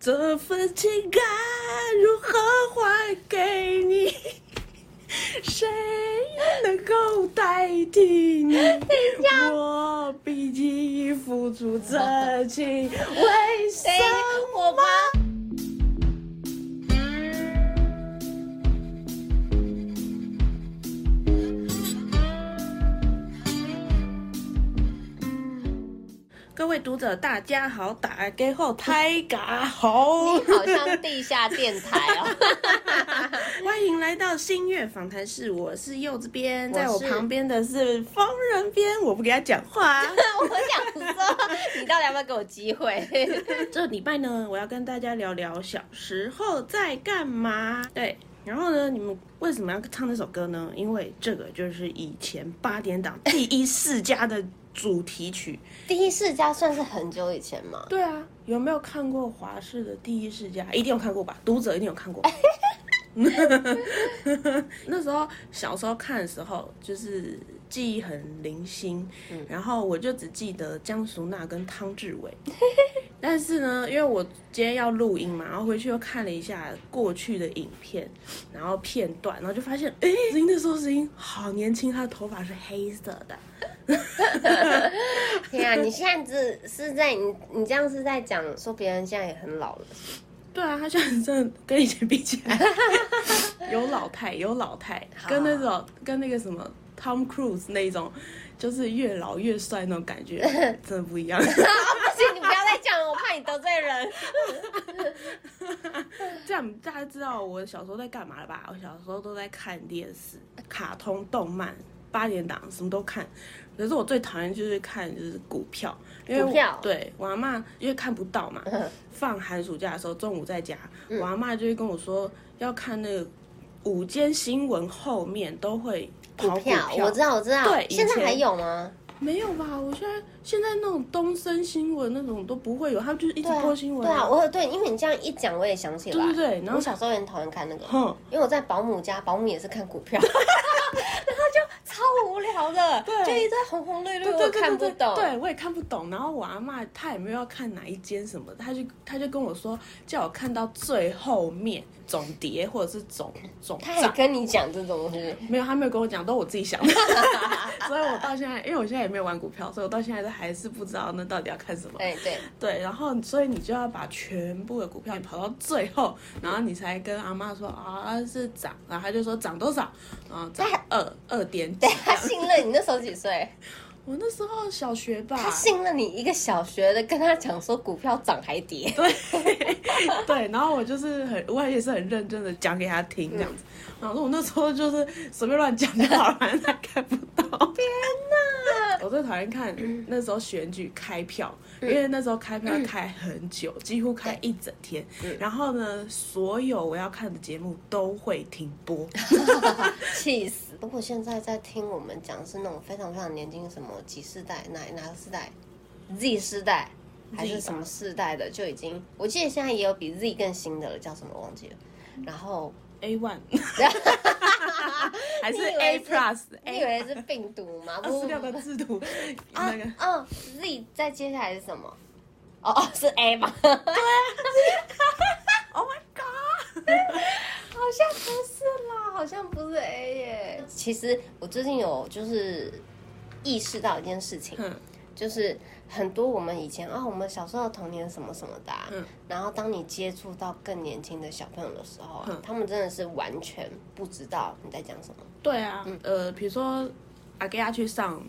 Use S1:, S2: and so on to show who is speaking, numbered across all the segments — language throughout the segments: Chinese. S1: 这份情感如何还给你？ 谁能够代替你？我毕竟付出真情，为什
S2: 谁我妈
S1: 各位读者，大家好，打给后胎嘎好，
S2: 好像地下电台哦。
S1: 欢迎来到新月访谈室，我是柚子边，
S2: 我
S1: 在我
S2: 是
S1: 旁边的是疯人边，我不给他讲话。
S2: 我想说，你到底要不要给我机会？
S1: 这礼拜呢，我要跟大家聊聊小时候在干嘛。对，然后呢，你们为什么要唱这首歌呢？因为这个就是以前八点档第一世家的主题曲。
S2: 第一世家算是很久以前吗？
S1: 对啊，有没有看过华视的第一世家？一定有看过吧？读者一定有看过。 那时候小时候看的时候，就是记忆很零星，然后我就只记得江淑娜跟汤志伟。但是呢，因为我今天要录音嘛，然后回去又看了一下过去的影片，然后片段，然后就发现，哎、子英那时候子英好年轻，她的头发是黑色的。
S2: 天啊，你现在只是在你你这样是在讲说别人现在也很老 了，
S1: 对啊，他现在真的跟以前比起来， 有老态，有老态，
S2: 好
S1: 跟那种跟那个什么 Tom Cruise 那种，就是越老越帅那种感 觉，真的不一样。
S2: 哦不行，你不要再讲了，我怕你得罪 人。
S1: 这样大家知道我小时候在干嘛了吧？我小时候都在看电视、卡通、动漫、八点档，什么都看。可是我最讨厌就是看就是股票，因为我
S2: 股票
S1: 对我阿妈因为看不到 嘛，放寒暑假的时候中午在家，
S2: 嗯
S1: 我阿妈就会跟我说要看那个午间新闻，后面都会跑
S2: 股票，我知道，我知道。
S1: 对以
S2: 现在
S1: 前
S2: 还有吗？
S1: 没有吧？我现在现在那种东森新闻那种都不会有，他们就是一直
S2: 对啊
S1: 播新，闻、
S2: 对啊，我有对，因为你这样一讲，我也想起来。
S1: 对对对然后
S2: 我小时候也很讨厌看那个，
S1: 哼
S2: 因为我在保姆家，保姆也是看股 票，然后就超无聊的，
S1: 对
S2: 就一直红红绿绿，
S1: 对
S2: 我
S1: 对对
S2: 看不
S1: 对
S2: 懂。
S1: 对我也看不懂。然后我阿妈她也没有要看哪一间什么，她就她就跟我说，叫我看到最后面总碟或者是总总
S2: 他还
S1: 账。
S2: 跟你讲这种东 西，
S1: 没有，她没有跟我讲，都我自己想的。 所以我到现在，因为我现在也没有玩股票，所以我到现在都还是不知道那到底要看什么。
S2: 哎对，
S1: 对，然后所以你就要把全部的股票跑到最后，然后你才跟阿妈说啊是涨，然后她就说涨多少，啊涨二二点几
S2: 对。哎他信任你那时候 几
S1: 啊
S2: 岁？
S1: 我那时候小学吧，
S2: 他信任你一个小学的，跟他讲说股票涨还 跌，
S1: 对，然后我就是很，我也是很认真的讲给他听这样子。
S2: 嗯
S1: 然后我那时候就是随便乱讲就好了，反 正他看不到。天哪！ 我最讨厌看那时候选举开票，
S2: 嗯
S1: 因为那时候开票开很久，几乎开一整天。
S2: 嗯
S1: 然后呢，所有我要看的节目都会停 播。
S2: 气死！如果现在在听我们讲是那种非常非常年轻，什么几世代，哪哪个世代，Z 世代。还是什么世代的就已经，我记得现在也有比 Z 更新的了，叫什么我忘记了。然后
S1: A one 还是
S2: 你以
S1: A
S2: 为是
S1: plus
S2: 你以
S1: A
S2: 为是病 毒吗？
S1: 二
S2: 不
S1: 十
S2: 不
S1: 六
S2: 不
S1: 个字图
S2: 啊
S1: 那个。
S2: 嗯，Z 再接下来是什么？哦哦，是 A 吧？
S1: Oh my god！
S2: 好像不是啦，好像不是 A 耶。其实我最近有就是意识到一件事情，
S1: 嗯
S2: 就是很多我们以前啊、我们小时候的童年什么什么的、啊，
S1: 嗯
S2: 然后当你接触到更年轻的小朋友的时候啊，
S1: 嗯
S2: 他们真的是完全不知道你在讲什么。
S1: 对啊，呃，比如说阿盖亚去上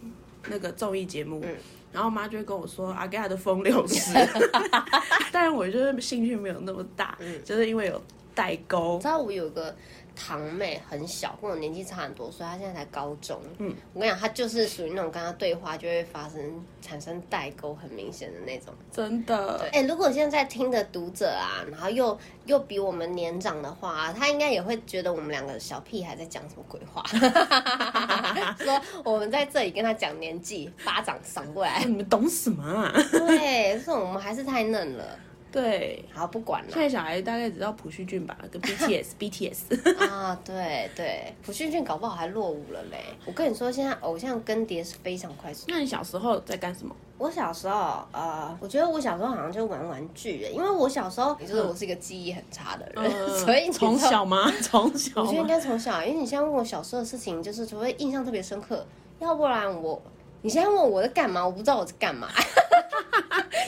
S1: 那个综艺节目，
S2: 嗯
S1: 然后我妈就会跟我说阿盖亚的风流 史， 但我就是兴趣没有那么大，
S2: 嗯
S1: 就是因为有代沟
S2: 你知。道我有个堂妹很小，跟我年纪差很多岁，她现在才高中。嗯，我跟你讲，她就是属于那种跟她对话就会发生产生代沟很明显的那种。
S1: 真的，
S2: 哎、如果现在听的读者啊，然后又又比我们年长的话、啊他应该也会觉得我们两个小屁孩在讲什么鬼 话， 说我们在这里跟他讲年纪，巴掌赏过来。
S1: 你们懂什么啊？
S2: 对，这种我们还是太嫩了。
S1: 对，
S2: 好，不管了
S1: 现。在小孩大概只知道朴叙俊吧，跟 BTS BTS，
S2: 啊，对对，朴叙俊搞不好还落伍了嘞。我跟你说，现在偶像更迭是非常快速。
S1: 那你小时候在干什么？
S2: 我小时候，呃，我觉得我小时候好像就玩玩具欸耶，因为我小时候，你知道我是一个记忆很差的人，
S1: 嗯
S2: 呃 所以你知道
S1: 从小 吗？从小
S2: 我觉得应
S1: 吗？
S2: 该从小，因为你现在问我小时候的事情，就是除非印象特别深刻，要不然我你现在问我在干嘛，我不知道我在干嘛。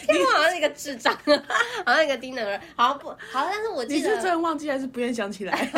S2: 因为我好像是一个智障， 好像一个低能儿，好像不好，但是我
S1: 你
S2: 记
S1: 是真
S2: 得
S1: 的忘记还是不愿意想起 来？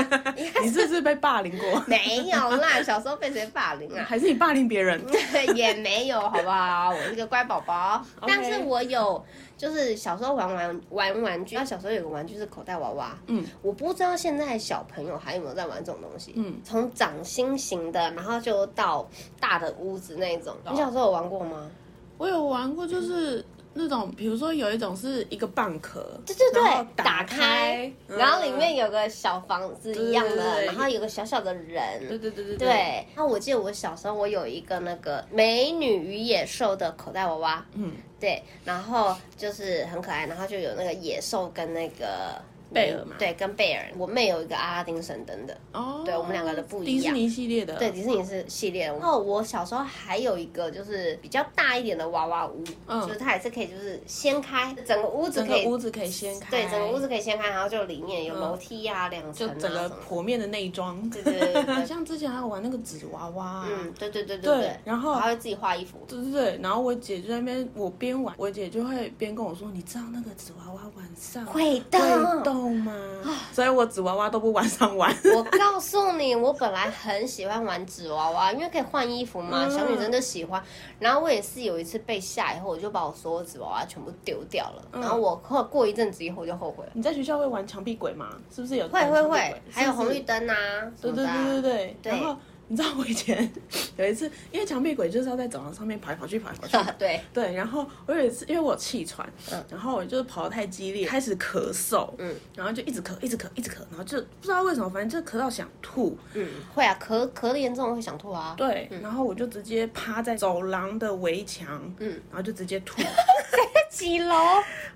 S1: 你是不是被霸凌过？
S2: 没有啦，小时候被谁霸凌啊？
S1: 还是你霸凌别人？
S2: 也没有，好不好？我是个乖宝宝
S1: OK
S2: 但是我有，就是小时候玩玩玩玩具，那小时候有个玩具是口袋娃娃，
S1: 嗯，
S2: 我不知道现在小朋友还有没有在玩这种东西，
S1: 嗯，
S2: 从掌心型的，然后就到大的屋子那种，
S1: 哦
S2: 你小时候有玩过吗？
S1: 我有玩过，就是那种，比如说有一种是一个蚌壳，
S2: 对对
S1: 然后
S2: 对，打开
S1: 开，，
S2: 然后
S1: 嗯
S2: 里，面有个小房子一样
S1: 对对
S2: 的，
S1: 对
S2: 然后有个小小的
S1: 对
S2: 人。
S1: 对对对对，
S2: 对，那我记得我小时候我有一个那个《美女与野兽》的口袋娃娃，
S1: 嗯，
S2: 对，然后就是很可爱，然后就有那个野兽跟那个
S1: 贝尔嘛
S2: 对，跟贝尔。我妹有一个阿拉丁神灯的，
S1: 哦，
S2: 对我们两个的不一样
S1: 迪士尼系列的，
S2: 对，，迪士尼是系列。然后我小时候还有一个就是比较大一点的娃娃屋，
S1: 嗯
S2: 就是它也是可以就是掀开，整个屋子
S1: 整
S2: 可
S1: 个
S2: 以，
S1: 屋子可以掀开，
S2: 对，整个屋子可以掀开，然后就里面有
S1: 嗯
S2: 楼梯呀、两
S1: 就
S2: 层啊什
S1: 整个
S2: 么的。
S1: 剖面的内装。
S2: 对对 对对对，
S1: 像之前还有玩那个纸娃娃，
S2: 嗯，对对对
S1: 对
S2: 对，
S1: 然后
S2: 还会自己画衣服。
S1: 对对对，然后我姐就在那边，我边玩，我姐就会边跟我说：“你知道那个纸娃娃晚上
S2: 会
S1: 会
S2: 动，
S1: 动吗？” 所以我纸娃娃都不晚上玩。
S2: 我 告诉你，我本来很喜欢玩纸娃娃，因为可以换衣服嘛，
S1: 嗯
S2: 小女生就喜欢。然后我也是有一次被吓以后，我就把我所有纸娃娃全部丢掉了。
S1: 嗯
S2: 然后我过过一阵子以后，我就后悔了。哎
S1: 你在学校会玩墙壁鬼吗？是不是有
S2: 会
S1: 玩
S2: 会
S1: 墙壁
S2: 会
S1: 鬼，
S2: 还有红绿，灯啊，
S1: 是不是对
S2: 什么的啊
S1: 对对对对。
S2: 对
S1: 然后你知道我以前有一次，因为墙壁鬼就是要在走廊上面跑来跑去，跑来跑去。
S2: 啊 对，
S1: 对，然后我有一次，因为我有气喘，
S2: 嗯
S1: 然后我就是跑得太激烈，开始咳嗽，
S2: 嗯
S1: 然后就一直咳，一直咳，一直咳，然后就不知道为什么，反正就咳到想吐，
S2: 嗯，会啊，咳咳的严重会想吐啊。
S1: 对，然后我就直接趴在走廊的围墙，
S2: 嗯
S1: 然后就直接吐，
S2: 几 楼？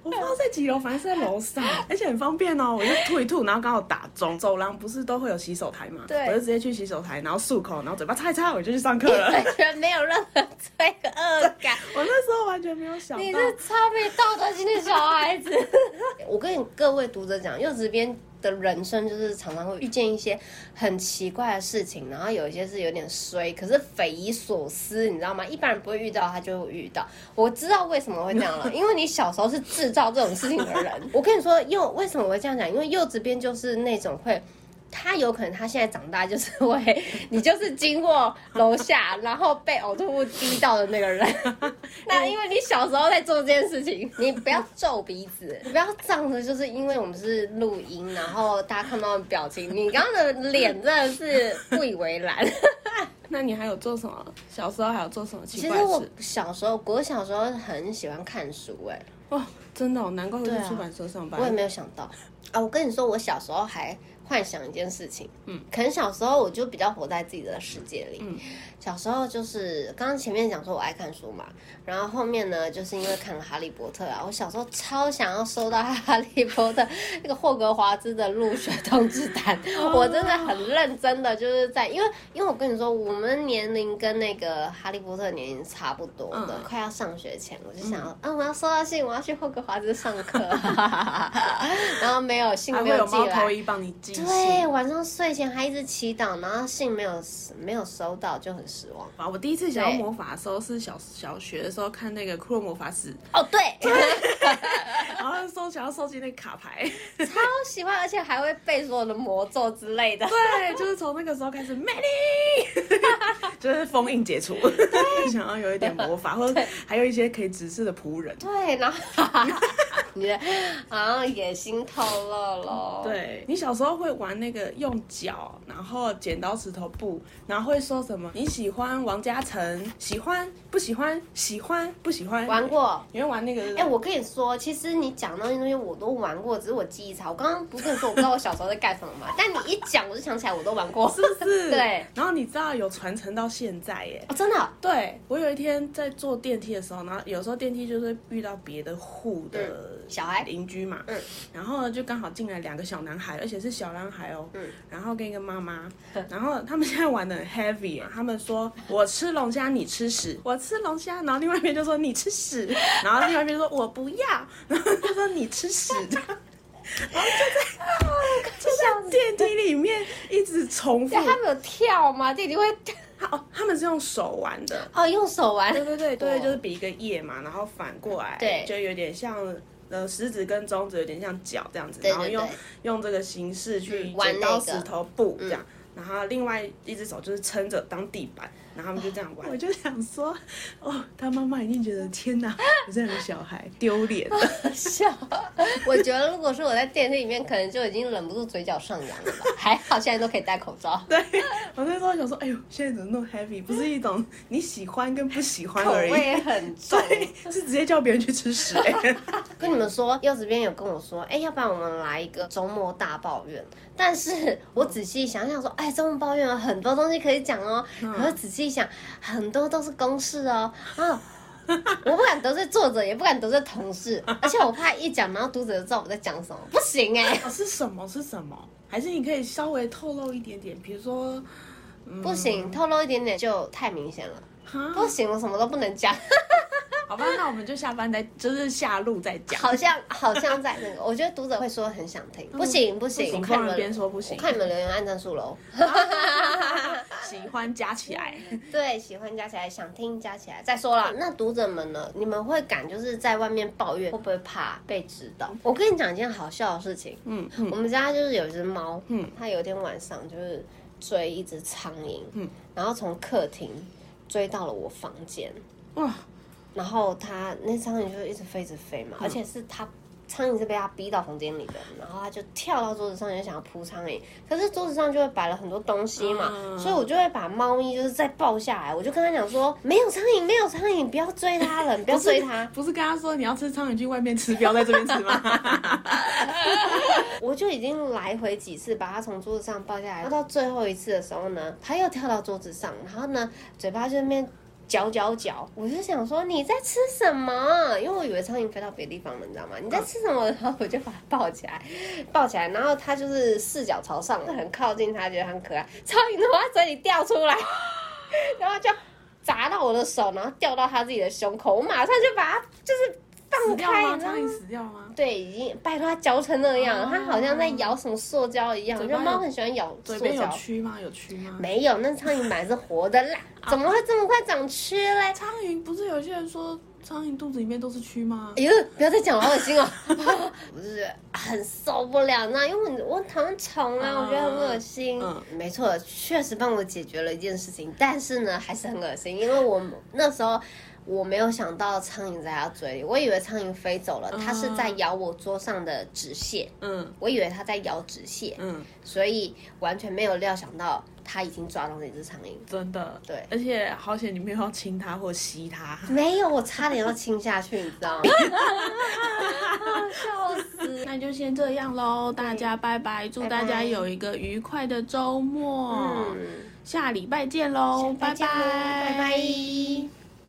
S1: 我不知道在几楼，反正是在楼上，而且很方便哦。我就吐一吐，然后刚好打钟，走廊不是都会有洗手台嘛？
S2: 对
S1: 我就直接去洗手台，然后漱口，然后嘴巴擦一擦，我就去上课了。
S2: 完全没有任何罪恶感。
S1: 我那时候完全没有想
S2: 你
S1: 到，
S2: 是超没道德心的小孩子。 我跟你各位读者讲，柚子边的人生就是常常会遇见一些很奇怪的事情，然后有一些是有点衰，可是匪夷所思，你知道吗？一般人不会遇到，他就会遇到。我知道为什么会这样了，因为你小时候是制造这种事情的人。我跟你说，柚为什么我会这样讲？因为柚子边就是那种会。他有可能他现在长大就是会，你就是经过楼下，然后被呕吐物滴到的那个人。那因为你小时候在做这件事情，嗯 你不要皱鼻子，你不要仗着就是因为我们是录音，然后大家看不到的表情，你刚刚的脸真的是不以为 然。
S1: 那你还有做什么？小时候还有做什么奇
S2: 其
S1: 怪
S2: 实
S1: 的
S2: 我
S1: 事？
S2: 小时候，我小时候很喜欢看书、哎，
S1: 哇，真的、哦，难怪会
S2: 对
S1: 去
S2: 啊
S1: 出版社上
S2: 我也
S1: 班。
S2: 没有想到啊！我跟你说，我小时候还幻想一件事情，
S1: 嗯，
S2: 可能小时候我就比较活在自己的世界里，
S1: 嗯，
S2: 小时候就是刚刚前面讲说我爱看书嘛，然后后面呢，就是因为看了《哈利波特》啊，我小时候超想要收到《哈利波特》那个霍格华兹的入学通知单，我真的
S1: 哦
S2: 很认真的就是在，因为因为我跟你说，我们年龄跟那个《哈利波特》年龄差不多的，
S1: 嗯
S2: 快要上学前，我就想要，啊，我要收到信，我要去霍格华兹上课， 然后没有信
S1: 还
S2: 没
S1: 会有
S2: 寄
S1: 猫头
S2: 来。
S1: 鹰帮你寄信。
S2: 对，晚上睡前还一直祈祷，然后信没有没有收到，就很失望。
S1: 哇，我第一次想要
S2: 对
S1: 魔法的时候是小小学的时候看那个《骷髅魔法使》，
S2: 哦， 对，
S1: 然后收想要收集那个卡牌。
S2: 超喜欢，而且还会背所有的魔咒之类的。
S1: 对，就是从那个时候开始，魅力， 就是封印解除，想要有一点魔法，或者还有一些可以指示的仆人。
S2: 对， 然后你的好像野心透露喽。，
S1: 对你小时候会玩那个用脚，然后剪刀石头布，然后会说什么？你喜欢王嘉诚，喜欢不喜欢？喜欢不喜欢？
S2: 玩，过。
S1: 你会玩那个？
S2: 哎、我跟你说，其实你讲到那些东西我都玩过，只是我记忆差。我刚刚不是跟你说我不知道我小时候在干什么吗？但你一讲，我就想起来我都玩过。
S1: 是不是？
S2: 对。
S1: 然后你知道有传承到现在耶？
S2: 哦，真的哦、
S1: 对，我有一天在坐电梯的时候，然后有时候电梯就是会遇到别的户的
S2: 嗯小孩
S1: 邻居嘛，
S2: 嗯，
S1: 然后呢就刚好进来两个小男孩，而且是小男孩哦，
S2: 嗯，
S1: 然后跟一个妈妈，然后他们现在玩的很 heavy，耶他们说我吃龙虾，你吃屎，我吃龙虾，然后另外一边就说你吃屎， 然后另外一边就说我不要， 然后就说你吃 屎，然后
S2: 哦
S1: 就在就在电梯里面一直重复
S2: 对，，嗯他们有跳吗？弟弟会
S1: 他哦，他们是用手玩的，
S2: 哦，用手 玩，
S1: 对对对对，
S2: 哦
S1: 就是比一个叶嘛，然后反过来，
S2: 对
S1: 就有点像呃食指跟中指有点像脚这样子，
S2: 对
S1: 然后
S2: 对
S1: 用
S2: 对，
S1: 用这个形式去
S2: 嗯玩
S1: 剪刀
S2: 那个嗯
S1: 石头布这样，然后另外一只手就是撑着当地板，然后他们就这样玩。 我就想说，哦，他妈妈一定觉得天哪，你这样的小孩丢脸。
S2: 笑。我觉得如果是我在电梯里面，可能就已经忍不住嘴角上扬了吧。还好现在都可以戴口罩，
S1: 对，我那时候想说，哎呦，现在怎么那么 happy？不是一种你喜欢跟不喜欢
S2: 口
S1: 而已，
S2: 味啊很重。
S1: 对，是直接叫别人去吃屎、哎
S2: 跟你们说，柚子边有跟我说，哎、要不然我们来一个周末大抱怨。但是我仔细想想说，哎、周末抱怨有很多东西可以讲哦，可是仔细一想，很多都是公事哦，啊。我不敢得罪作者，也不敢得罪同事，而且我怕一讲，然后读者就知道我在讲什么，不行 哎、
S1: 哦是什么？是什么？还是你可以稍微透露一点点，比如说，嗯，
S2: 不行，透露一点点就太明显了，
S1: 哈，
S2: 不行，我什么都不能讲，
S1: 好吧，那我们就下班再，就是下路再讲。
S2: 好像好像在那个，我觉得读者会说很想听，不行不行，我
S1: 不
S2: 看
S1: 能
S2: 你
S1: 边
S2: 们，
S1: 说不
S2: 我
S1: 行，
S2: 看你们留言按赞数喽。
S1: 喜欢加起来。
S2: 对，喜欢加起来，想听加起来。再说了，那读者们呢？你们会敢就是在外面抱怨，会不会怕被指导？我跟你讲一件好笑的事情，
S1: 嗯
S2: 我们家就是有一只猫，
S1: 嗯
S2: 它有一天晚上就是追一只苍蝇，
S1: 嗯
S2: 然后从客厅追到了我房间，
S1: 哇，
S2: 然后它那苍蝇就一直飞，一直飞
S1: 嗯
S2: 嘛，而且是它。苍蝇是被它逼到房间里的，然后它就跳到桌子上，就想要扑苍蝇。可是桌子上就会摆了很多东西嘛，
S1: 嗯
S2: 所以我就会把猫咪就是再抱下来，我就跟它讲说，没有苍蝇，没有苍蝇，不要追 它了，你不要追它。
S1: 不是跟他说你要吃苍蝇去外面吃，不要在这边吃吗？
S2: 我就已经来回几次把它从桌子上抱下来，到最后一次的时候呢，它又跳到桌子上，然后呢，嘴巴就在那边嚼嚼嚼。我就想说你在吃什么？因为我以为苍蝇飞到别的地方了，你知道吗？你在吃什么？ 然后我就把它抱起来，抱起来，然后它就是四脚朝上，很靠近它，觉得很可爱。苍蝇从它嘴里掉出来， 然后就砸到我的手，然后掉到它自己的胸口，我马上就把它就是
S1: 死
S2: 放
S1: 掉
S2: 开，
S1: 吗？
S2: 你知道
S1: 苍
S2: 吗
S1: 蝇？死掉吗？
S2: 对，已经拜托它嚼成那样，
S1: 哦
S2: 它好像在咬什么塑胶一样。我
S1: 嘴
S2: 觉
S1: 巴
S2: 得
S1: 有
S2: 猫很喜欢咬塑
S1: 嘴边有
S2: 胶。
S1: 蛆吗？有蛆吗？
S2: 没有，那苍蝇本来是活的 啦，怎么会这么快长蛆嘞？
S1: 苍蝇不是有些人说苍蝇肚子里面都是蛆吗
S2: 哎？呦，不要再讲了，好恶心哦！ 我就是很受不了，那因为我我讨厌虫啊，
S1: 嗯
S2: 我觉得很恶心。
S1: 嗯
S2: 没错，确实帮我解决了一件事情，但是呢，还是很恶心，因为我那时候。我没有想到苍蝇在它嘴里，我以为苍蝇飞走了，它是在咬我桌上的纸屑，
S1: 嗯
S2: 我以为它在咬纸屑，
S1: 嗯，
S2: 所以完全没有料想到他已经抓到那只苍蝇。
S1: 真的。
S2: 对
S1: 而且好险你没有要亲它或吸它。
S2: 没有，我差点要亲下去，你知道吗？ 笑死！
S1: 那就先这样喽，大家拜拜，祝大
S2: 拜
S1: 家
S2: 拜
S1: 有一个愉快的周末，
S2: 嗯，
S1: 下礼拜见喽，
S2: 再见喽，拜拜。